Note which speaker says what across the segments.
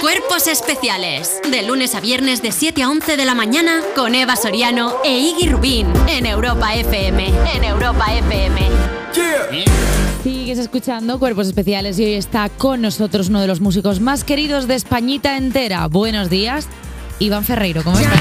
Speaker 1: Cuerpos especiales. De lunes a viernes de 7 a 11 de la mañana con Eva Soriano e Iggy Rubín en Europa FM. En Europa FM.
Speaker 2: Sigues escuchando Cuerpos Especiales y hoy está con nosotros uno de los músicos más queridos de Españita entera. Buenos días, Iván Ferreiro. ¿Cómo estás?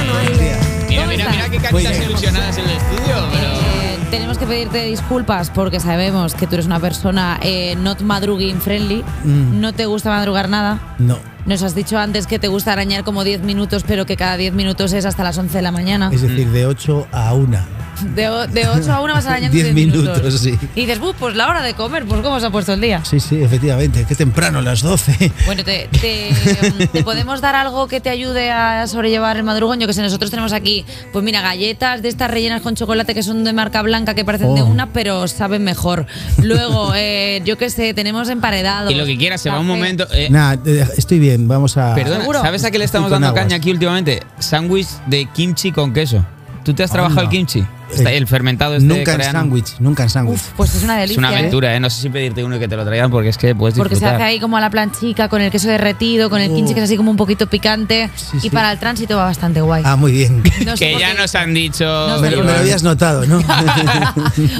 Speaker 3: Mira, mira, mira qué caritas ilusionadas en el estudio, pero.
Speaker 2: Eh, tenemos que pedirte disculpas porque sabemos que tú eres una persona eh, not madruguing friendly.
Speaker 4: Mm.
Speaker 2: No te gusta madrugar nada.
Speaker 4: No,
Speaker 2: Nos has dicho antes que te gusta arañar como 10 minutos, pero que cada 10 minutos es hasta las 11 de la mañana.
Speaker 3: Mm.
Speaker 4: es decir, de 8 a 1.
Speaker 2: De, o- de 8 a 1 vas arañando
Speaker 4: 10
Speaker 2: 10 minutos.
Speaker 4: minutos, sí.
Speaker 2: Y dices, "Buf, pues la hora de comer, pues cómo se ha puesto el día.
Speaker 4: Sí, sí, efectivamente, que temprano, las 12.
Speaker 2: Bueno, te, te- te podemos dar algo que te ayude a sobrellevar el madrugón. Yo que sé, nosotros tenemos aquí, pues mira, galletas de estas rellenas con chocolate que son de marca blanca, que parecen de
Speaker 4: Oh.
Speaker 2: una, pero saben mejor. Luego, eh, yo que sé, tenemos emparedados.
Speaker 3: Y lo que quieras, se va un
Speaker 2: café.
Speaker 3: momento. eh,
Speaker 4: Nada, estoy bien, vamos a...
Speaker 3: perdona,
Speaker 2: ¿seguro?
Speaker 3: ¿sabes a qué le estamos
Speaker 4: Estoy con
Speaker 3: dando
Speaker 4: aguas.
Speaker 3: caña aquí últimamente? Sándwich de kimchi con queso. ¿Tú
Speaker 2: Ah,
Speaker 3: te has
Speaker 4: Anda.
Speaker 3: trabajado el kimchi? Está
Speaker 4: Eh,
Speaker 3: el fermentado este
Speaker 4: Nunca en
Speaker 3: coreano.
Speaker 4: sándwich, nunca en sándwich.
Speaker 2: Uf, pues es una
Speaker 3: Es
Speaker 2: delicia.
Speaker 3: una
Speaker 2: ¿eh?
Speaker 3: aventura, ¿eh? No sé si pedirte uno y que te lo traigan porque es que puedes
Speaker 2: Porque se
Speaker 3: disfrutar.
Speaker 2: hace ahí como a la planchica, con el queso derretido, con el kimchi que es así como un poquito picante.
Speaker 4: Oh. Sí,
Speaker 2: y
Speaker 4: sí.
Speaker 2: para el tránsito va bastante guay.
Speaker 4: Ah, muy bien.
Speaker 2: No sé
Speaker 3: que
Speaker 2: por
Speaker 3: ya
Speaker 2: qué.
Speaker 3: nos han dicho.
Speaker 2: No
Speaker 4: Me,
Speaker 2: sé
Speaker 4: lo-
Speaker 2: por
Speaker 4: me lo
Speaker 2: qué.
Speaker 4: habías notado, ¿no?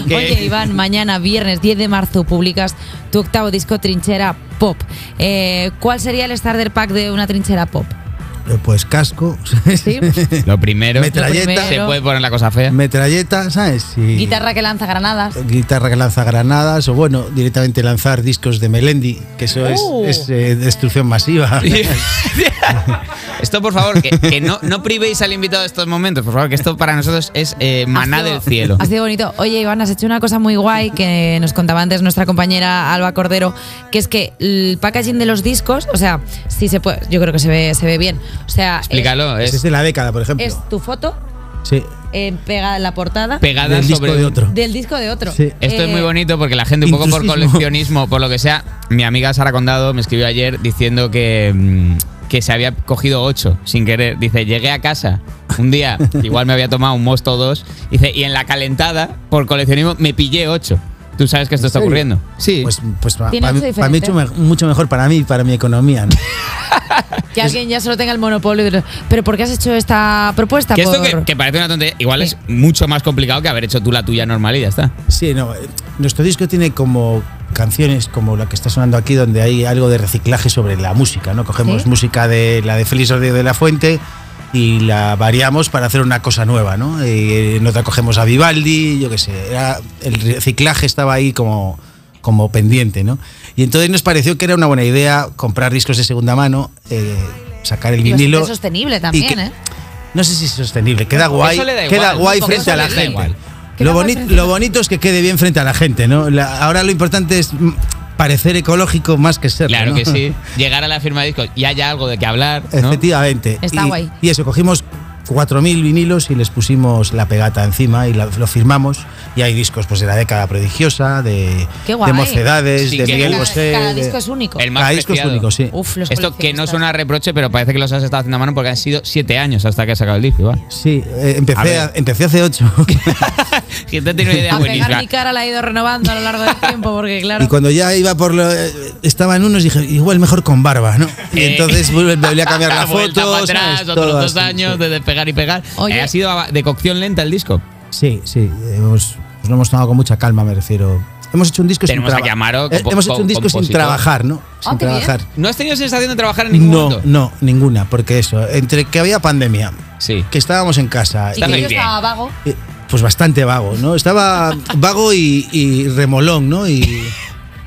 Speaker 3: ¿Qué?
Speaker 2: Oye, Iván, mañana, viernes 10 de marzo, publicas tu octavo disco Trinchera Pop. Eh, ¿Cuál sería el starter pack de una trinchera pop?
Speaker 4: pues casco,
Speaker 2: ¿Sí?
Speaker 3: Lo primero.
Speaker 4: metralleta,
Speaker 2: primero.
Speaker 3: Se puede poner la cosa fea.
Speaker 4: metralleta, ¿sabes? Y
Speaker 2: Guitarra que lanza granadas.
Speaker 4: guitarra que lanza granadas o bueno, directamente lanzar discos de Melendi, que eso es-
Speaker 2: Uh.
Speaker 4: es, eh, destrucción masiva.
Speaker 3: Esto, por favor, que, que no, no privéis al invitado de estos momentos, por favor, que esto para nosotros es eh, maná
Speaker 2: Ha sido-
Speaker 3: del cielo.
Speaker 2: Ha sido bonito. Oye, Iván, has hecho una cosa muy guay que nos contaba antes nuestra compañera Alba Cordero, que es que el packaging de los discos, o sea, sí se puede, yo creo que se ve, se ve bien. O sea, es-
Speaker 3: Explícalo,
Speaker 4: Ese es
Speaker 3: es
Speaker 4: de la década, por ejemplo.
Speaker 2: es, tu foto
Speaker 4: Sí,
Speaker 2: eh, pegada en la portada
Speaker 3: pegada
Speaker 4: del disco
Speaker 3: sobre
Speaker 4: de
Speaker 3: un-
Speaker 4: otro.
Speaker 2: del disco de otro.
Speaker 4: Sí.
Speaker 3: Esto es muy
Speaker 2: Eh,
Speaker 3: bonito porque la gente, un poco por
Speaker 4: intrusismo.
Speaker 3: coleccionismo, por lo que sea, mi amiga Sara Condado me escribió ayer diciendo que, mm, que se había cogido ocho sin querer. Dice, llegué a casa un día, igual me había tomado un mosto o dos, dice, y en la calentada, por coleccionismo, me pillé ocho. Tú sabes que esto está
Speaker 4: serio?
Speaker 3: ocurriendo. Sí.
Speaker 4: Pues, pues para
Speaker 2: Tiene
Speaker 4: mí,
Speaker 2: ocho
Speaker 4: pa' mí
Speaker 2: diferentes.
Speaker 4: mucho, me- mucho mejor para mí y para mi economía. ¿no?
Speaker 3: Pues
Speaker 2: Que alguien ya solo tenga el monopolio. de los- Pero ¿por qué has hecho esta propuesta?
Speaker 3: que esto
Speaker 2: Por-
Speaker 3: que, que parece una tontería, igual
Speaker 2: Sí.
Speaker 3: es mucho más complicado que haber hecho tú la tuya normal y ya está.
Speaker 4: Sí, no. eh, Nuestro disco tiene como canciones como la que está sonando aquí, donde hay algo de reciclaje sobre la música, ¿no? Cogemos
Speaker 2: Sí.
Speaker 4: música de la de Félix Rodríguez de la Fuente y la variamos para hacer una cosa nueva, ¿no? Eh, en otra cogemos a Vivaldi, yo qué sé. era- el reciclaje estaba ahí como como pendiente, ¿no? Y entonces nos pareció que era una buena idea comprar discos de segunda mano, eh, sacar el
Speaker 2: Bastante
Speaker 4: vinilo.
Speaker 2: Pues sostenible también,
Speaker 4: que-
Speaker 2: ¿eh?
Speaker 4: No sé si es sostenible, queda guay,
Speaker 3: le da
Speaker 4: queda
Speaker 3: igual,
Speaker 4: guay
Speaker 3: ¿no?
Speaker 4: frente
Speaker 3: Eso
Speaker 4: a la
Speaker 3: le da
Speaker 4: gente.
Speaker 3: igual.
Speaker 2: Queda
Speaker 4: Lo,
Speaker 2: guay
Speaker 4: boni-
Speaker 2: frente a
Speaker 4: lo
Speaker 2: la
Speaker 4: bonito es que quede bien frente a la gente, ¿no? La- ahora lo importante es mm, parecer ecológico más que serlo.
Speaker 3: Claro
Speaker 4: ¿no?
Speaker 3: que sí. Llegar a la firma de discos y haya algo de qué hablar. ¿no?
Speaker 4: Efectivamente.
Speaker 2: Está
Speaker 4: y,
Speaker 2: guay.
Speaker 4: y eso, cogimos 4.000 vinilos y les pusimos la pegata encima y la- lo firmamos. Y hay discos pues, de la década prodigiosa, de,
Speaker 2: Qué guay.
Speaker 4: de Mocedades,
Speaker 3: Sí,
Speaker 4: de
Speaker 3: que
Speaker 4: Miguel
Speaker 2: cada,
Speaker 4: Bosé.
Speaker 2: cada
Speaker 4: de-
Speaker 2: disco es único.
Speaker 3: El más
Speaker 4: cada disco es
Speaker 3: preciado.
Speaker 4: único, sí.
Speaker 2: Uf, los
Speaker 3: Esto que no
Speaker 2: coleccionistas.
Speaker 3: suena a reproche, pero parece que los has estado haciendo a mano porque han sido siete años hasta que has sacado el disco, Iván.
Speaker 4: Sí, eh,
Speaker 3: A
Speaker 4: empecé,
Speaker 3: ver.
Speaker 4: a- empecé hace 8.
Speaker 3: Gente tiene una idea
Speaker 2: A pegar
Speaker 3: buenísima.
Speaker 2: mi cara la he ido renovando a lo largo del tiempo, porque claro.
Speaker 4: Y cuando ya iba por lo, eh, estaban unos dije, igual mejor con barba, ¿no? Y
Speaker 3: Eh.
Speaker 4: entonces vuelve- volví a cambiar la
Speaker 3: Vuelta
Speaker 4: foto.
Speaker 3: para atrás,
Speaker 4: ¿sabes?
Speaker 3: otros
Speaker 4: Todo
Speaker 3: dos
Speaker 4: así,
Speaker 3: años
Speaker 4: sí.
Speaker 3: de despegar y pegar.
Speaker 2: Oye.
Speaker 3: Eh, ha sido de cocción lenta el disco.
Speaker 4: Sí, sí, hemos, nos lo hemos tomado con mucha calma, me refiero. Hemos hecho un disco
Speaker 3: Tenemos
Speaker 4: sin
Speaker 3: aquí a
Speaker 4: trabajar.
Speaker 3: Amaro, compo-
Speaker 4: hemos hecho un disco sin
Speaker 3: compositor.
Speaker 4: trabajar, ¿no? Sin
Speaker 2: Ah, qué bien.
Speaker 4: trabajar.
Speaker 3: ¿No has tenido sensación de trabajar en ningún
Speaker 4: No,
Speaker 3: momento?
Speaker 4: no, ninguna, porque eso, entre que había pandemia,
Speaker 3: Sí.
Speaker 4: que estábamos en casa,
Speaker 2: Y
Speaker 3: Está
Speaker 2: que
Speaker 3: muy
Speaker 2: yo
Speaker 3: bien.
Speaker 2: estaba vago.
Speaker 4: eh, pues bastante vago, ¿no? Estaba vago y, y remolón, ¿no? Y,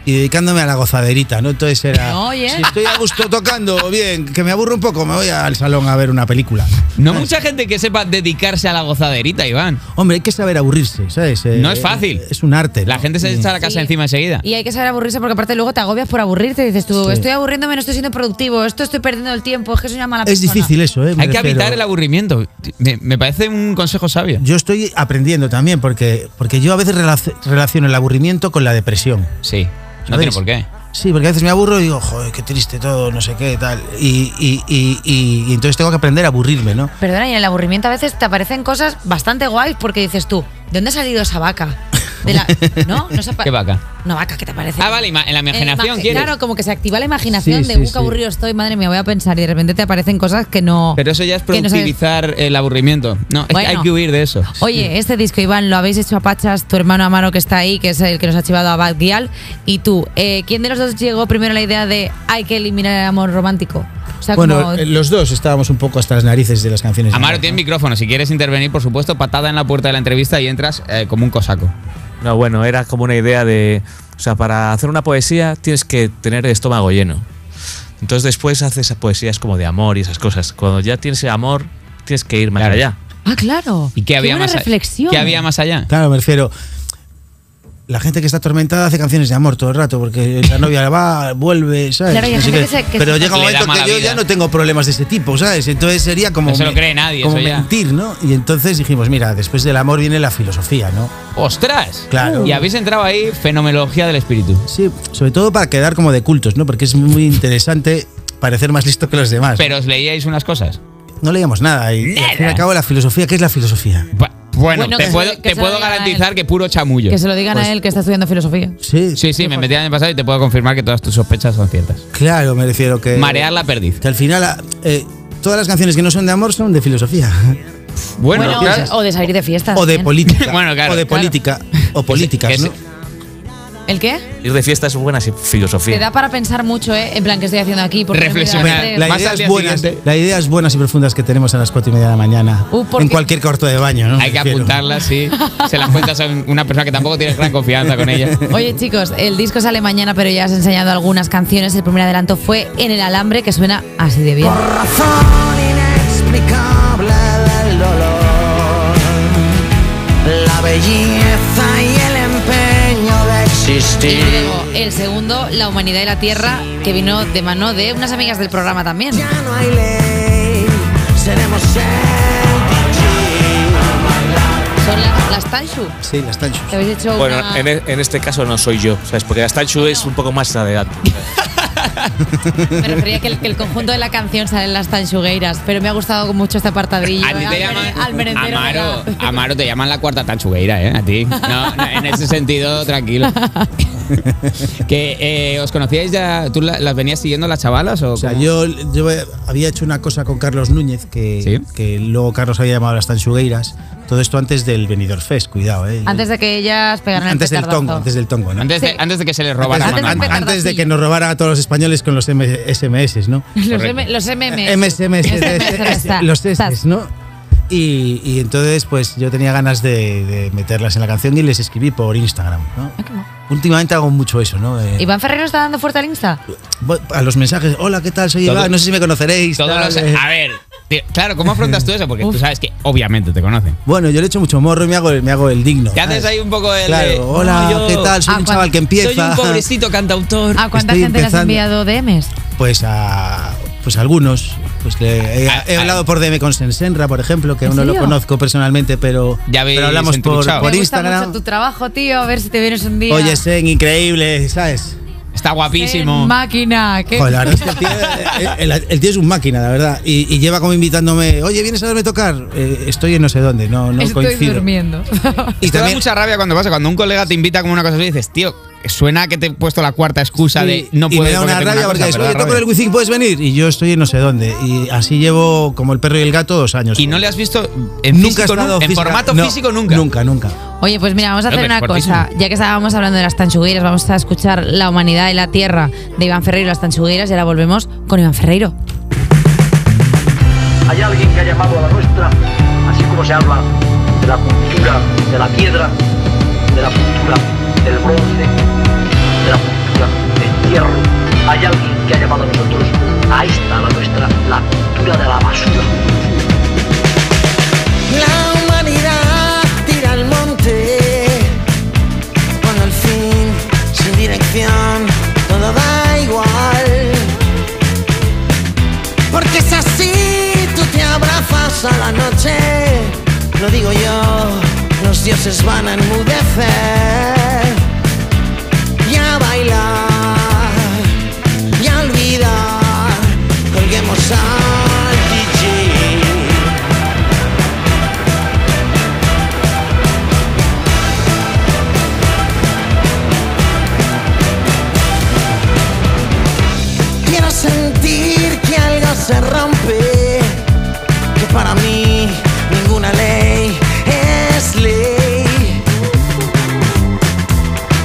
Speaker 4: y dedicándome a la gozaderita, ¿no? Entonces era,
Speaker 2: No, oye.
Speaker 4: si estoy a gusto tocando, bien, que me aburro un poco, me voy al salón a ver una película.
Speaker 3: No mucha gente que sepa dedicarse a la gozaderita, Iván.
Speaker 4: Hombre, hay que saber aburrirse, ¿sabes? Eh,
Speaker 3: No es fácil.
Speaker 4: Es un arte. ¿no?
Speaker 3: La gente se
Speaker 4: Eh,
Speaker 3: echa la casa
Speaker 2: Sí.
Speaker 3: encima enseguida.
Speaker 2: Y hay que saber aburrirse porque aparte luego te agobias por aburrirte. Dices tú,
Speaker 4: Sí.
Speaker 2: estoy aburriéndome, no estoy siendo productivo, esto estoy perdiendo el tiempo, es que soy una mala
Speaker 4: Es
Speaker 2: persona.
Speaker 4: difícil eso, ¿eh? Me
Speaker 3: Hay que
Speaker 4: refiero-
Speaker 3: evitar el aburrimiento. Me, me parece un consejo sabio.
Speaker 4: Yo estoy aprendiendo también, porque, porque yo a veces relac- relaciono el aburrimiento con la depresión.
Speaker 3: Sí. No
Speaker 4: ¿Sabéis?
Speaker 3: tiene por qué.
Speaker 4: Sí, porque a veces me aburro y digo, joder, qué triste todo, no sé qué, tal. Y, y- y- y- y entonces tengo que aprender a aburrirme, ¿no?
Speaker 2: Perdona, y en el aburrimiento a veces te aparecen cosas bastante guays porque dices tú, ¿de dónde ha salido esa vaca? de la- ¿No? no se pa-
Speaker 3: ¿Qué vaca?
Speaker 2: Una vaca, ¿qué te parece?
Speaker 3: Ah, vale, ima- en la imaginación,
Speaker 2: Eh, imagi-
Speaker 3: ¿quieres?
Speaker 2: Claro, como que se activa la imaginación
Speaker 5: Sí,
Speaker 2: de,
Speaker 5: sí,
Speaker 2: uh, qué
Speaker 5: sí.
Speaker 2: aburrido estoy, madre mía, voy a pensar. Y de repente te aparecen cosas que no.
Speaker 3: Pero eso ya es
Speaker 2: que no sabes.
Speaker 3: productivizar el aburrimiento. No, es que
Speaker 2: Bueno.
Speaker 3: hay que huir de eso.
Speaker 2: Oye, este disco, Iván, lo habéis hecho a Pachas, tu hermano Amaro que está ahí, que es el que nos ha chivado a Bad Gyal, y tú. Eh, ¿Quién de los dos llegó primero a la idea de hay que eliminar el amor romántico? O sea,
Speaker 4: Bueno,
Speaker 2: como-
Speaker 4: eh, los dos estábamos un poco hasta las narices de las canciones.
Speaker 3: Amaro tiene micrófono. Si quieres intervenir, por supuesto, patada en la puerta de la entrevista y entras eh, como un cosaco.
Speaker 6: No, bueno, era como una idea de. O sea, para hacer una poesía tienes que tener el estómago lleno. Entonces después haces poesías como de amor y esas cosas. Cuando ya tienes el amor, tienes que ir más
Speaker 3: Claro.
Speaker 6: allá.
Speaker 2: ah, claro.
Speaker 3: ¿Y qué había
Speaker 2: buena
Speaker 3: más a-
Speaker 2: reflexión.
Speaker 3: ¿Qué había más allá?
Speaker 4: Claro, me refiero. La gente que está atormentada hace canciones de amor todo el rato, porque la novia va, vuelve, ¿sabes?
Speaker 2: Claro, y hay
Speaker 4: No sé
Speaker 2: gente
Speaker 4: qué.
Speaker 2: que se- que
Speaker 4: Pero
Speaker 2: se-
Speaker 4: llega un
Speaker 3: Le da
Speaker 4: momento
Speaker 3: mala
Speaker 4: que yo
Speaker 3: vida.
Speaker 4: ya no tengo problemas de este tipo, ¿sabes? Entonces sería como.
Speaker 3: No se lo
Speaker 4: me-
Speaker 3: cree nadie,
Speaker 4: Como
Speaker 3: eso ya.
Speaker 4: mentir, ¿no? Y entonces dijimos, mira, después del amor viene la filosofía, ¿no?
Speaker 3: ¡Ostras!
Speaker 4: Claro.
Speaker 3: Y habéis entrado ahí, fenomenología del espíritu.
Speaker 4: Sí, sobre todo para quedar como de cultos, ¿no? Porque es muy interesante parecer más listo que los demás.
Speaker 3: Pero os leíais unas cosas.
Speaker 4: no leíamos nada. Y, y al fin y al cabo, la filosofía, ¿qué es la filosofía?
Speaker 3: Bu- Bueno,
Speaker 2: Bueno, que
Speaker 3: te
Speaker 2: se lo-
Speaker 3: puedo,
Speaker 2: que
Speaker 3: te
Speaker 2: se lo
Speaker 3: puedo
Speaker 2: digan a él.
Speaker 3: garantizar que puro chamullo.
Speaker 2: Que se lo digan a él que está estudiando filosofía.
Speaker 4: Sí,
Speaker 3: Sí, sí, me metí el año pasado y te puedo confirmar que todas tus sospechas son ciertas.
Speaker 4: Claro, me refiero que.
Speaker 3: Marear la perdiz.
Speaker 4: Que al final, ah, eh, todas las canciones que no son de amor son de filosofía.
Speaker 3: Bueno,
Speaker 2: Bueno,
Speaker 3: claro.
Speaker 2: o de salir de fiesta.
Speaker 4: O de
Speaker 2: también.
Speaker 4: política.
Speaker 3: Bueno, claro,
Speaker 4: O de
Speaker 3: claro.
Speaker 4: política. O políticas,
Speaker 3: Que se-
Speaker 4: ¿no?
Speaker 2: ¿El qué?
Speaker 6: Ir de fiesta es buena si-
Speaker 2: Te
Speaker 6: filosofía.
Speaker 2: da para pensar mucho, ¿eh? En plan, ¿qué estoy haciendo aquí? Porque
Speaker 3: Reflexionar.
Speaker 2: este?
Speaker 4: La
Speaker 3: Más
Speaker 4: idea
Speaker 3: al
Speaker 4: es
Speaker 3: día
Speaker 4: buenas-
Speaker 3: siguiente.
Speaker 4: las ideas buenas y profundas que tenemos a las cuatro y media de la mañana.
Speaker 2: Uh, ¿por
Speaker 4: en
Speaker 2: qué?
Speaker 4: cualquier cuarto de baño, ¿no?
Speaker 3: Hay que
Speaker 4: Refiero.
Speaker 3: apuntarlas, sí. Se las cuentas a una persona que tampoco tienes gran confianza con ella.
Speaker 2: Oye chicos, el disco sale mañana, pero ya has enseñado algunas canciones. El primer adelanto fue En el alambre, que suena así de bien.
Speaker 7: razón inexplicable del dolor, la belleza y el empeño de
Speaker 2: Y
Speaker 7: existir.
Speaker 2: luego el segundo, La humanidad y la tierra, que vino de mano de unas amigas del programa también.
Speaker 7: Ya no hay ley, seremos el
Speaker 2: Son las, las Tanshu.
Speaker 4: Sí, las tanchos.
Speaker 2: Que habéis hecho
Speaker 6: Bueno,
Speaker 2: una-
Speaker 6: en, e- en este caso no soy yo, ¿sabes? Porque Astachu es un poco más adelante.
Speaker 2: Me refería que el, que el conjunto de la canción sale en las Tanshugueiras, pero me ha gustado mucho este apartadillo.
Speaker 3: A ti
Speaker 2: eh,
Speaker 3: te
Speaker 2: al,
Speaker 3: llaman.
Speaker 2: al merendero.
Speaker 3: Amaro,
Speaker 2: venga.
Speaker 3: Amaro, te llaman la cuarta tanchugueira, ¿eh? A ti. No, no, en ese sentido, tranquilo. que eh, os conocíais ya. ¿Tú la- las venías siguiendo las chavalas? O,
Speaker 4: O sea,
Speaker 3: cómo?
Speaker 4: yo, yo había hecho una cosa con Carlos Núñez, que,
Speaker 3: Sí.
Speaker 4: que luego Carlos había llamado a las tanchugueiras. Todo esto antes del Benidorm Fest, cuidado, ¿eh?
Speaker 2: Antes de que ellas pegaran
Speaker 4: Antes
Speaker 2: el
Speaker 4: del tongo, antes del tongo, ¿no?
Speaker 3: Antes, de,
Speaker 2: Sí.
Speaker 3: antes de que se les
Speaker 4: Antes
Speaker 3: robara
Speaker 4: de-
Speaker 2: Antes del
Speaker 3: mano a mano.
Speaker 4: an- antes de que nos robaran a todos los españoles con los M- SMS, ¿no?
Speaker 2: Los,
Speaker 3: Correcto.
Speaker 2: M, los MMS.
Speaker 4: MSMS,
Speaker 2: está.
Speaker 4: este, los
Speaker 2: Estás.
Speaker 4: S, ¿no? Y, y entonces, pues yo tenía ganas de, de meterlas en la canción y les escribí por Instagram,
Speaker 2: Ah,
Speaker 4: ¿no? Últimamente hago mucho eso, ¿no? Eh,
Speaker 2: Iván Ferrero está dando fuerte al Insta.
Speaker 4: voy a los mensajes, hola, ¿qué tal? Soy
Speaker 3: Todo-
Speaker 4: Iván, no sé si me conoceréis.
Speaker 3: Todos
Speaker 4: tal,
Speaker 3: los-
Speaker 4: eh.
Speaker 3: a ver, tío, claro, ¿cómo afrontas tú eso? Porque tú sabes que obviamente te conocen.
Speaker 4: Bueno, yo le echo mucho morro y me hago, el- me hago el digno.
Speaker 3: Te haces
Speaker 4: ¿sabes?
Speaker 3: ahí un poco el. de,
Speaker 4: Claro, hola,
Speaker 3: "No, yo
Speaker 4: ¿qué tal? Soy
Speaker 2: Ah,
Speaker 4: un
Speaker 2: cuando-
Speaker 4: chaval que empieza.
Speaker 3: Soy un pobrecito cantautor.
Speaker 2: ¿A Ah, cuánta
Speaker 4: Estoy
Speaker 2: gente le has
Speaker 4: empezando.
Speaker 2: enviado DMs?
Speaker 4: Pues a pues a algunos. Pues le- he,
Speaker 3: A-
Speaker 4: he
Speaker 3: a-
Speaker 4: hablado por DM con Sensenra, por ejemplo, que
Speaker 2: ¿En
Speaker 4: aún no lo
Speaker 2: serio?
Speaker 4: conozco personalmente, pero,
Speaker 3: Ya habéis
Speaker 4: pero hablamos por,
Speaker 3: entruchado.
Speaker 4: por
Speaker 2: Me gusta
Speaker 4: Instagram.
Speaker 2: mucho tu trabajo, tío. A ver si te vienes un día.
Speaker 4: Oye, Sen, increíble, ¿sabes?
Speaker 3: Está
Speaker 2: Zen,
Speaker 3: guapísimo.
Speaker 2: máquina. qué-
Speaker 4: Joder, la verdad es que el tío, eh, el- el- el tío es un máquina, la verdad. Y, y lleva como invitándome, oye, ¿vienes a verme tocar? Eh, estoy en no sé dónde, no, no
Speaker 2: Estoy
Speaker 4: coincido.
Speaker 2: durmiendo.
Speaker 3: Y
Speaker 4: Y
Speaker 3: te da
Speaker 4: también,
Speaker 3: mucha rabia cuando pasa, cuando un colega te invita como una cosa así y dices, tío, suena que te he puesto la cuarta excusa de no
Speaker 4: y
Speaker 3: puedo
Speaker 4: me
Speaker 3: ir
Speaker 4: da una
Speaker 3: tengo
Speaker 4: rabia porque
Speaker 3: cosa",
Speaker 4: después
Speaker 3: pero da
Speaker 4: oye, toco en
Speaker 3: rabia.
Speaker 4: el Wizzing, ¿puedes venir? Y yo estoy en no sé dónde. Y así llevo como el perro y el gato dos años.
Speaker 3: Y no le has visto en,
Speaker 4: nunca he
Speaker 3: físico,
Speaker 4: estado
Speaker 3: nun- en
Speaker 4: física-
Speaker 3: formato
Speaker 4: no,
Speaker 3: físico nunca.
Speaker 4: Nunca, nunca.
Speaker 2: Oye, pues mira, vamos a
Speaker 3: Hombre,
Speaker 2: hacer una
Speaker 3: fuertísimo.
Speaker 2: cosa. Ya que estábamos hablando de las tanchugueiras, vamos a escuchar La humanidad y la tierra de Iván Ferreiro y las tanchugueiras y ahora volvemos con Iván Ferreiro.
Speaker 8: Hay alguien que ha llamado a la nuestra, así como se habla de la cultura de la piedra, de la cultura del bronce, de la cultura del hierro. Hay alguien que ha llamado a nosotros, a esta, la nuestra, la cultura de la basura.
Speaker 7: La humanidad tira al monte cuando al fin, sin dirección, todo da igual. Porque es así, tú te abrazas a la noche. Lo digo yo, los dioses van a enmudecer y a bailar y a olvidar. Colguemos al DJ. sentir que algo se rompe, que para mí ninguna ley es ley.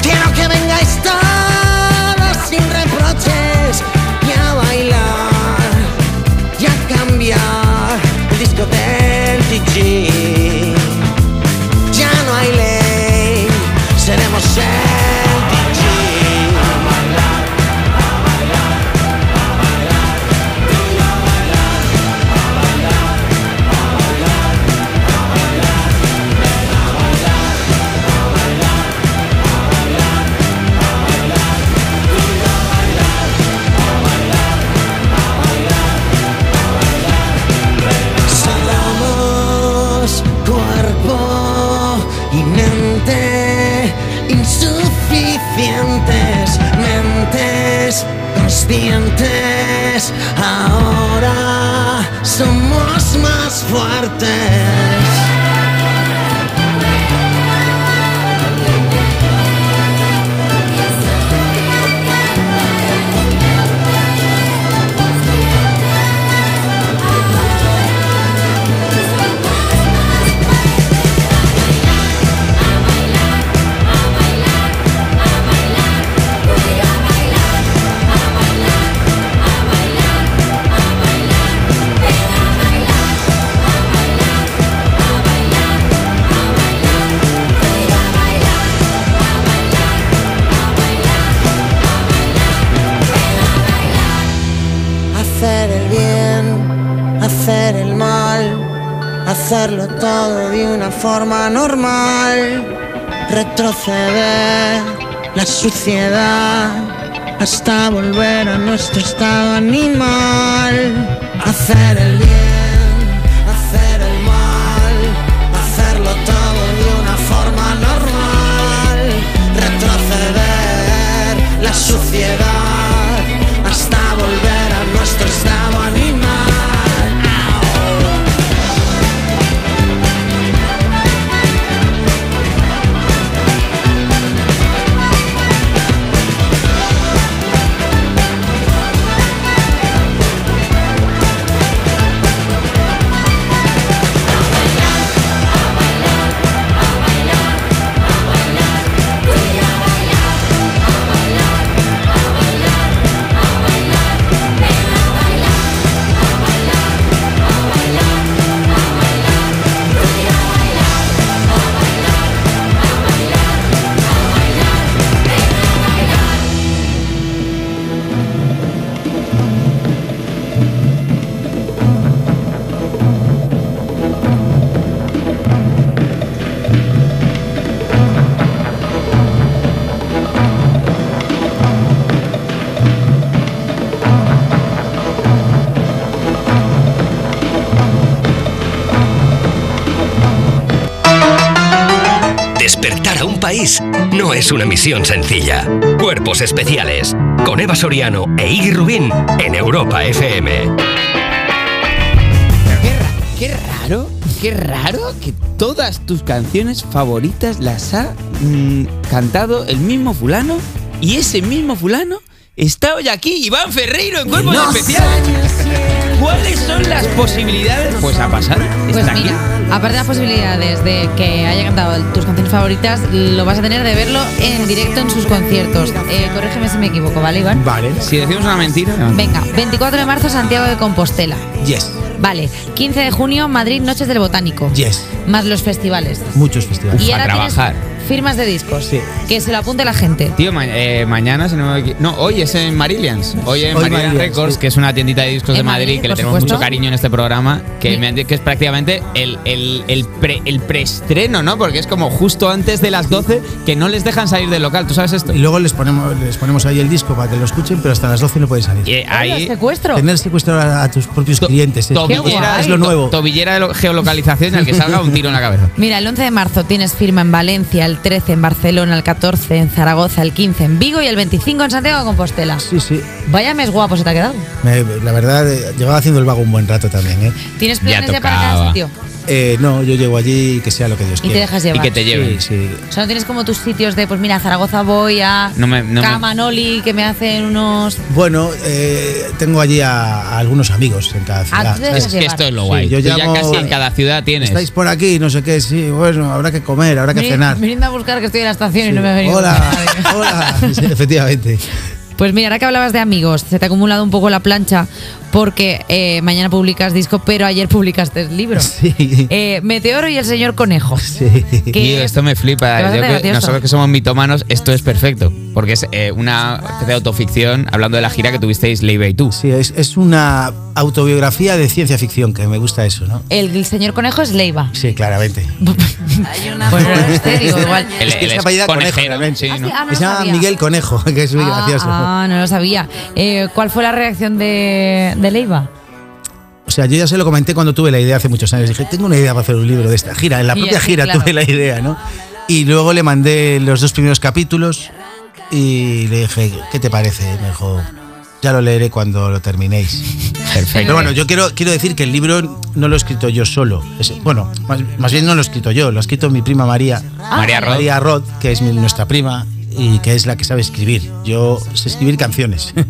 Speaker 7: Quiero que vengáis todos sin reproches y a bailar y a cambiar el disco del DJ. Ya no hay ley, seremos el DJ. Somos cuerpo y mente insuficientes, mentes conscientes. Ahora somos más fuertes. hacer el bien, hacer el mal, hacerlo todo de una forma normal, retroceder la suciedad hasta volver a nuestro estado animal, hacer el bien, hacer el mal, hacerlo todo de una forma normal, retroceder la suciedad hasta volver a nuestro estado animal. Au.
Speaker 5: Despertar a un país no es una misión sencilla. Cuerpos especiales. Con Eva Soriano e Iggy Rubín en Europa FM.
Speaker 3: Qué, ra- qué raro, qué raro que todas tus canciones favoritas las ha mm, cantado el mismo fulano y ese mismo fulano está hoy aquí, Iván Ferreiro en Cuerpos Especiales. ¿Cuáles son las posibilidades? Pues ha pasado,
Speaker 2: Pues
Speaker 3: está
Speaker 2: mira,
Speaker 3: aquí.
Speaker 2: aparte de las posibilidades de que haya cantado tus canciones favoritas, lo vas a tener de verlo en directo en sus conciertos. Eh, corrígeme si me equivoco, ¿vale, Iván?
Speaker 4: Vale.
Speaker 3: Si decimos una mentira, no.
Speaker 2: Venga, 24 de marzo, Santiago de Compostela.
Speaker 4: Yes,
Speaker 2: Vale, 15 de junio, Madrid, Noches del Botánico.
Speaker 4: yes.
Speaker 2: Más los festivales.
Speaker 4: Muchos festivales.
Speaker 2: y
Speaker 3: a
Speaker 2: ahora tienes
Speaker 3: trabajar.
Speaker 2: firmas de discos.
Speaker 4: Sí.
Speaker 2: Que se lo apunte la gente.
Speaker 3: Tío, ma- eh, mañana se no, me equi- no, hoy es en Marillions. Hoy en
Speaker 4: Hoy
Speaker 3: Marillions
Speaker 4: Marillions,
Speaker 3: Records,
Speaker 4: sí.
Speaker 3: que es una tiendita de discos
Speaker 2: En
Speaker 3: de Madrid,
Speaker 2: Madrid,
Speaker 3: que le
Speaker 2: por
Speaker 3: tenemos
Speaker 2: supuesto.
Speaker 3: mucho cariño en este programa, que,
Speaker 2: Sí.
Speaker 3: me han dicho que es prácticamente el, el, el, pre- el preestreno, ¿no? Porque es como justo antes de las 12 que no les dejan salir del local. ¿Tú sabes esto?
Speaker 4: Y luego les ponemos, les ponemos ahí el disco para que lo escuchen, pero hasta las 12 no pueden salir.
Speaker 3: Y, eh,
Speaker 2: Hola,
Speaker 3: ahí.
Speaker 2: secuestro.
Speaker 4: Tener secuestrado a, a tus propios
Speaker 3: to-
Speaker 4: clientes. es-
Speaker 2: Qué guay.
Speaker 3: Tobillera,
Speaker 4: es lo
Speaker 3: to-
Speaker 4: nuevo.
Speaker 3: tobillera de lo- geolocalización en el que salga un tiro en la cabeza.
Speaker 2: Mira, el 11 de marzo tienes firma en Valencia, el 13 en Barcelona, el 14 en Zaragoza, el 15 en Vigo y el 25 en Santiago de Compostela.
Speaker 4: Sí, sí.
Speaker 2: Vaya mes guapo se te ha quedado.
Speaker 4: Me- la verdad, eh, llevaba haciendo el vago un buen rato también, ¿eh?
Speaker 2: ¿Tienes
Speaker 3: Ya
Speaker 2: planes ya, para cada
Speaker 3: tocaba.
Speaker 2: sitio?
Speaker 4: Eh, no, yo llego allí y que sea lo que Dios
Speaker 2: Y
Speaker 4: quiera.
Speaker 2: te dejas
Speaker 3: Y
Speaker 2: llevar.
Speaker 3: que te lleven.
Speaker 4: Sí, sí.
Speaker 2: O sea, no tienes como tus sitios de, pues mira, a Zaragoza voy a
Speaker 3: No me- no me-
Speaker 2: Camanoli, que me hacen unos...
Speaker 4: Bueno, eh, tengo allí a, a algunos amigos en
Speaker 2: Ah,
Speaker 4: cada ciudad.
Speaker 2: tú te
Speaker 3: Es
Speaker 2: dejas
Speaker 3: que
Speaker 2: llevar.
Speaker 3: esto es lo
Speaker 4: Sí,
Speaker 3: guay.
Speaker 4: yo
Speaker 3: Tú ya
Speaker 4: llamo-
Speaker 3: casi en cada ciudad tienes.
Speaker 4: Estáis por aquí, no sé qué, sí, bueno, habrá que comer, habrá que
Speaker 2: Veni-
Speaker 4: cenar.
Speaker 2: Veniendo a buscar que estoy en la estación y no me ha venido
Speaker 4: Hola,
Speaker 2: nadie.
Speaker 4: hola. Sí, efectivamente.
Speaker 2: Pues mira, ahora que hablabas de amigos, se te ha acumulado un poco la plancha porque eh, mañana publicas disco, pero ayer publicaste el libro.
Speaker 4: Sí.
Speaker 2: Eh, Meteoro y el señor Conejo.
Speaker 4: Sí.
Speaker 2: que
Speaker 3: Tío, esto me
Speaker 2: es
Speaker 3: flipa. Yo
Speaker 2: bastante
Speaker 3: que-
Speaker 2: gracioso.
Speaker 3: nosotros que somos mitomanos, esto es perfecto. Porque es eh, una especie de autoficción hablando de la gira que tuvisteis Leiva y tú.
Speaker 4: Sí, es, es una autobiografía de ciencia ficción, que me gusta eso, ¿no?
Speaker 2: El, el señor Conejo es Leiva.
Speaker 4: Sí, claramente.
Speaker 2: Pues no sé, digo, igual.
Speaker 3: El,
Speaker 4: Es que
Speaker 3: el
Speaker 4: se
Speaker 3: es
Speaker 4: apellida Conejo,
Speaker 3: conejero,
Speaker 4: realmente.
Speaker 3: sí,
Speaker 2: Ah, sí,
Speaker 3: ¿no?
Speaker 2: ah, no
Speaker 4: Ah, Se
Speaker 2: lo
Speaker 4: llama
Speaker 2: sabía.
Speaker 4: Miguel Conejo, que es muy gracioso.
Speaker 2: Ah, ah, no lo sabía. Eh, ¿Cuál fue la reacción de, de Leiva?
Speaker 4: O sea, yo ya se lo comenté cuando tuve la idea hace muchos años. Dije, tengo una idea para hacer un libro de esta gira. En la
Speaker 2: Y
Speaker 4: propia
Speaker 2: así,
Speaker 4: gira
Speaker 2: claro.
Speaker 4: tuve la idea, ¿no? Y luego le mandé los dos primeros capítulos y le dije, ¿qué te parece? Me dijo, ya lo leeré cuando lo terminéis.
Speaker 3: Perfecto.
Speaker 4: Pero bueno, yo quiero, quiero decir que el libro no lo he escrito yo solo. Es- bueno, más, más bien no lo he escrito yo, lo ha escrito mi prima María.
Speaker 2: Ah,
Speaker 3: María Rod.
Speaker 4: María Rod, que es mi- nuestra prima y que es la que sabe escribir. Yo sé escribir canciones.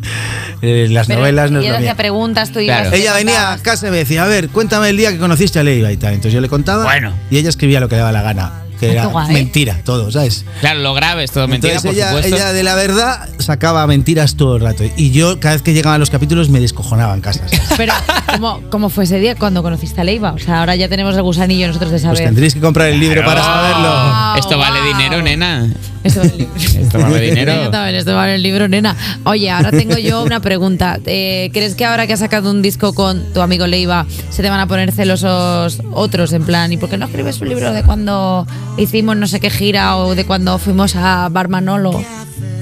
Speaker 4: Eh, Las
Speaker 2: Pero
Speaker 4: novelas no es
Speaker 2: y él
Speaker 4: lo
Speaker 2: hacía
Speaker 4: mío.
Speaker 2: preguntas, tú
Speaker 3: Claro.
Speaker 2: ibas y
Speaker 4: Ella venía a
Speaker 2: contabas.
Speaker 4: casa y me decía, a ver, cuéntame el día que conociste a Leiva y tal. Entonces yo le contaba
Speaker 3: Bueno.
Speaker 4: y ella escribía lo que le daba la gana, que
Speaker 2: Ay, qué
Speaker 4: era
Speaker 2: guay.
Speaker 4: mentira, todo, ¿sabes?
Speaker 3: Claro, lo grave es todo mentira,
Speaker 4: Entonces
Speaker 3: por
Speaker 4: ella,
Speaker 3: supuesto.
Speaker 4: ella de la verdad sacaba mentiras todo el rato. Y yo cada vez que llegaban los capítulos me descojonaba en casa. ¿sabes?
Speaker 2: Pero, ¿cómo, ¿cómo fue ese día cuando conociste a Leiva? O sea, ahora ya tenemos el gusanillo nosotros de
Speaker 4: Pues
Speaker 2: saber.
Speaker 4: tendréis que comprar el libro para saberlo.
Speaker 2: Wow,
Speaker 3: Oh, Esto vale
Speaker 2: wow.
Speaker 3: dinero, nena.
Speaker 2: Esto vale el libro.
Speaker 3: Esto vale
Speaker 2: Yo
Speaker 3: dinero.
Speaker 2: también estoy mal en el libro, nena. Oye, ahora tengo yo una pregunta. Eh, ¿Crees que ahora que has sacado un disco con tu amigo Leiva, se te van a poner celosos otros en plan? ¿Y por qué no escribes un libro de cuando hicimos no sé qué gira o de cuando fuimos a Barmanolo?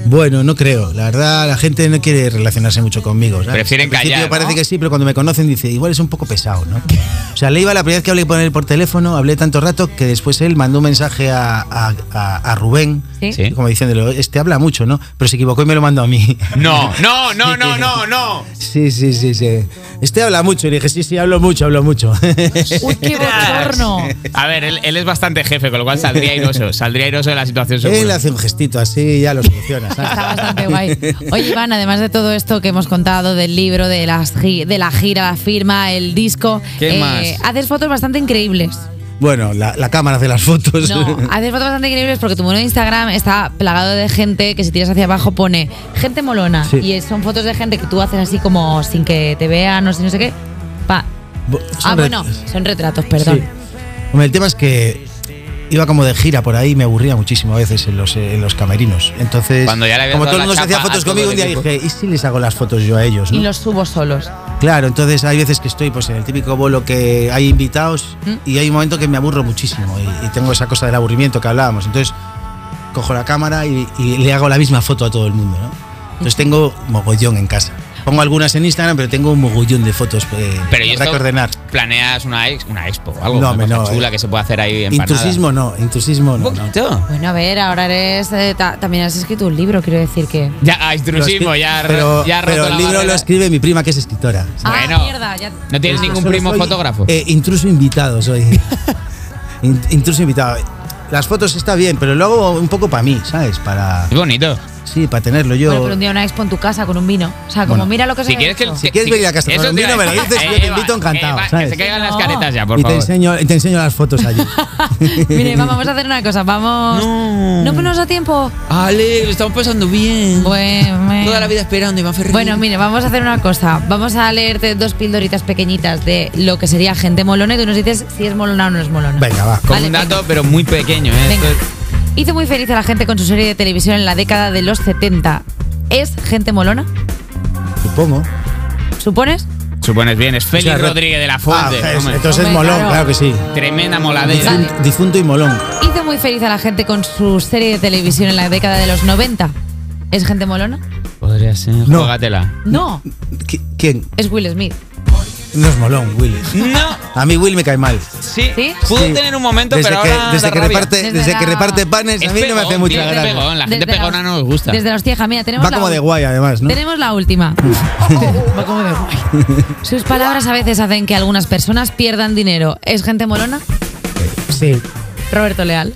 Speaker 4: Bueno, no creo. La verdad, la gente no quiere relacionarse mucho conmigo. ¿sabes?
Speaker 3: Prefieren
Speaker 4: Al principio
Speaker 3: callar,
Speaker 4: parece
Speaker 3: ¿no?
Speaker 4: que sí, pero cuando me conocen dice, igual es un poco pesado, ¿no? O sea, Leiva, la primera vez que hablé con él por teléfono, hablé tanto rato que después él mandó un mensaje a, a- a- a Rubén,
Speaker 2: Sí.
Speaker 3: Sí.
Speaker 4: como diciéndolo, este habla mucho, ¿no? Pero se equivocó y me lo mandó a mí.
Speaker 3: No, no, no, no, no, no.
Speaker 4: Sí, sí, sí, sí. Este habla mucho. Y le dije, sí, sí, hablo mucho, hablo mucho.
Speaker 2: ¡Uy, qué bochorno!
Speaker 3: A ver, él, él es bastante jefe, con lo cual saldría airoso. Saldría airoso de la situación
Speaker 4: él
Speaker 3: seguro.
Speaker 4: hace un gestito así y ya lo soluciona, ¿sabes?
Speaker 2: Está bastante guay. Oye, Iván, además de todo esto que hemos contado del libro, de, las gi- de la gira, la firma, el disco, eh,
Speaker 3: ¿Qué más?
Speaker 2: haces fotos bastante increíbles.
Speaker 4: Bueno, la, la cámara hace las fotos.
Speaker 2: No, haces fotos bastante increíbles porque tu muro de Instagram está plagado de gente que si tiras hacia abajo pone gente molona.
Speaker 4: Sí.
Speaker 2: Y son fotos de gente que tú haces así como sin que te vean o si no sé qué. Pa.
Speaker 4: Bo-
Speaker 2: Ah,
Speaker 4: son re-
Speaker 2: bueno, son retratos, perdón.
Speaker 4: Sí. Hombre, el tema es que iba como de gira por ahí y me aburría muchísimo a veces en los, eh, en los camerinos. Entonces,
Speaker 3: Cuando ya le habías
Speaker 4: como
Speaker 3: dado
Speaker 4: todo el
Speaker 3: la
Speaker 4: mundo se hacía
Speaker 3: chapa a
Speaker 4: fotos
Speaker 3: todo
Speaker 4: conmigo,
Speaker 3: el
Speaker 4: un día
Speaker 3: equipo.
Speaker 4: dije, ¿y si les hago las fotos yo a ellos?
Speaker 2: Y
Speaker 4: no?".
Speaker 2: los subo solos.
Speaker 4: Claro, entonces hay veces que estoy pues, en el típico bolo que hay invitados
Speaker 2: ¿Mm?
Speaker 4: y hay un momento que me aburro muchísimo y, y tengo esa cosa del aburrimiento que hablábamos. Entonces cojo la cámara y, y le hago la misma foto a todo el mundo. ¿no? Entonces tengo mogollón en casa. Pongo algunas en Instagram, pero tengo un mogollón de fotos eh,
Speaker 3: Pero yo
Speaker 4: habrá que ordenar.
Speaker 3: ¿Planeas una, ex- una expo o algo?
Speaker 4: No,
Speaker 3: una
Speaker 4: hombre,
Speaker 3: cosa
Speaker 4: no,
Speaker 3: chula
Speaker 4: eh.
Speaker 3: que se puede hacer ahí en
Speaker 4: Intrusismo no, intrusismo
Speaker 3: Un
Speaker 4: no. no.
Speaker 3: poquito.
Speaker 2: Bueno, a ver, ahora eres. eh, ta- también has escrito un libro, quiero decir que.
Speaker 3: Ya, ah, intrusismo,
Speaker 4: Lo escri-
Speaker 3: ya, ha
Speaker 4: pero,
Speaker 3: ro- ya ha roto
Speaker 4: pero
Speaker 3: la
Speaker 4: el libro
Speaker 3: barrera.
Speaker 4: lo escribe mi prima que es escritora.
Speaker 3: Bueno,
Speaker 2: Ah, mierda, ya-
Speaker 3: no tienes
Speaker 2: Ah.
Speaker 3: ningún
Speaker 4: Solo
Speaker 3: primo
Speaker 4: soy,
Speaker 3: fotógrafo.
Speaker 4: eh, intruso invitado soy. In- intruso invitado. Las fotos está bien, pero lo hago un poco para mí, ¿sabes? Para
Speaker 3: es bonito.
Speaker 4: sí, para tenerlo yo.
Speaker 2: Bueno, pero un día una expo en tu casa con un vino. O sea, como
Speaker 4: Bueno.
Speaker 2: mira lo que se
Speaker 3: Si
Speaker 2: ha
Speaker 3: quieres que
Speaker 2: hecho.
Speaker 4: Si quieres venir a casa
Speaker 3: eso
Speaker 4: con
Speaker 3: te
Speaker 4: un
Speaker 3: iba a
Speaker 4: vino, me lo
Speaker 3: decir.
Speaker 4: dices, yo te
Speaker 3: Eva,
Speaker 4: invito encantado,
Speaker 3: Eva, Que
Speaker 4: ¿sabes?
Speaker 3: se caigan las
Speaker 2: No.
Speaker 3: caretas ya, por
Speaker 4: y te
Speaker 3: favor.
Speaker 4: enseño, y te enseño las fotos allí.
Speaker 2: Mire, vamos, vamos a hacer una cosa, vamos.
Speaker 9: No.
Speaker 2: No nos da tiempo.
Speaker 9: Ale, lo estamos pasando bien.
Speaker 2: Bueno, eh.
Speaker 9: Toda la vida esperando Iván Ferrer.
Speaker 2: Bueno, mire, vamos a hacer una cosa. Vamos a leerte dos pildoritas pequeñitas de lo que sería gente molona y tú nos dices si es molona o no es molona.
Speaker 4: Venga, va.
Speaker 3: Con
Speaker 2: Vale,
Speaker 3: un dato, pero muy pequeño, ¿eh?
Speaker 2: Venga.
Speaker 3: Esto-
Speaker 2: Hizo muy feliz a la gente con su serie de televisión en la década de los 70. ¿Es gente molona?
Speaker 4: Supongo.
Speaker 2: ¿Supones?
Speaker 3: Supones bien, es Félix
Speaker 4: O sea,
Speaker 3: Rodríguez de la
Speaker 4: Ah,
Speaker 3: Fuente.
Speaker 4: es-
Speaker 3: hombre.
Speaker 4: entonces
Speaker 2: Hombre,
Speaker 4: molón,
Speaker 2: claro.
Speaker 4: claro, que sí.
Speaker 3: Tremenda
Speaker 2: Vale.
Speaker 3: moladera.
Speaker 4: Difun- Difunto y molón.
Speaker 2: Hizo muy feliz a la gente con su serie de televisión en la década de los 90. ¿Es gente molona?
Speaker 3: Podría ser.
Speaker 4: No.
Speaker 3: Juégatela.
Speaker 2: No,
Speaker 4: ¿Qui- ¿Quién?
Speaker 2: es Will Smith.
Speaker 4: No es molón, Will.
Speaker 3: No,
Speaker 4: A mí Will me cae mal.
Speaker 3: sí.
Speaker 2: ¿Sí?
Speaker 3: Pudo
Speaker 4: Sí.
Speaker 3: tener un momento,
Speaker 4: desde
Speaker 3: pero
Speaker 4: que,
Speaker 3: ahora
Speaker 4: desde
Speaker 3: da
Speaker 4: que
Speaker 3: rabia.
Speaker 4: reparte
Speaker 2: Desde
Speaker 4: desde, que
Speaker 2: la-
Speaker 4: reparte panes
Speaker 3: Es
Speaker 4: a mí no me hace
Speaker 3: pegón,
Speaker 4: mucha
Speaker 3: tío, es
Speaker 4: gracia.
Speaker 3: pegón, La gente
Speaker 2: Desde
Speaker 3: pegona no nos gusta.
Speaker 2: Desde los tieja, mira, tenemos
Speaker 4: Va como
Speaker 2: la,
Speaker 4: de guay además, ¿no?
Speaker 2: Tenemos la última. Va como de guay. Sus palabras a veces hacen que algunas personas pierdan dinero. ¿Es gente molona?
Speaker 4: Sí.
Speaker 2: Roberto Leal.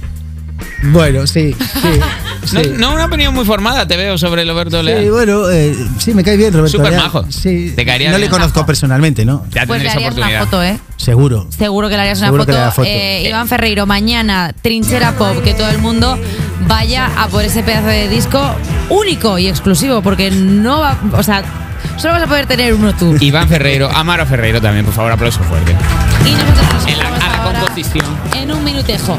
Speaker 4: Bueno, sí, sí.
Speaker 3: No,
Speaker 4: sí.
Speaker 3: no una opinión muy formada te veo sobre Roberto Leal.
Speaker 4: Sí, bueno, eh, sí, me cae bien Roberto.
Speaker 3: Súper
Speaker 4: Leal.
Speaker 3: majo.
Speaker 4: Sí.
Speaker 3: Te caería
Speaker 4: no
Speaker 3: bien.
Speaker 4: le conozco personalmente, ¿no?
Speaker 3: Ya
Speaker 2: Pues le
Speaker 3: tendréis
Speaker 2: harías una
Speaker 3: oportunidad.
Speaker 2: foto, ¿eh?
Speaker 4: Seguro.
Speaker 2: Seguro que le harías una
Speaker 4: Seguro que
Speaker 2: foto.
Speaker 4: le haría foto.
Speaker 2: Eh, Iván Ferreiro, mañana, Trinchera Pop, que todo el mundo vaya a por ese pedazo de disco único y exclusivo, porque no va. O sea, solo vas a poder tener uno tú. Y,
Speaker 3: Iván Ferreiro, Amaro Ferreiro también, por favor, aplauso fuerte.
Speaker 2: nosotros nos
Speaker 3: En la-
Speaker 2: vamos
Speaker 3: a la
Speaker 2: ahora
Speaker 3: composición.
Speaker 2: En un minutejo.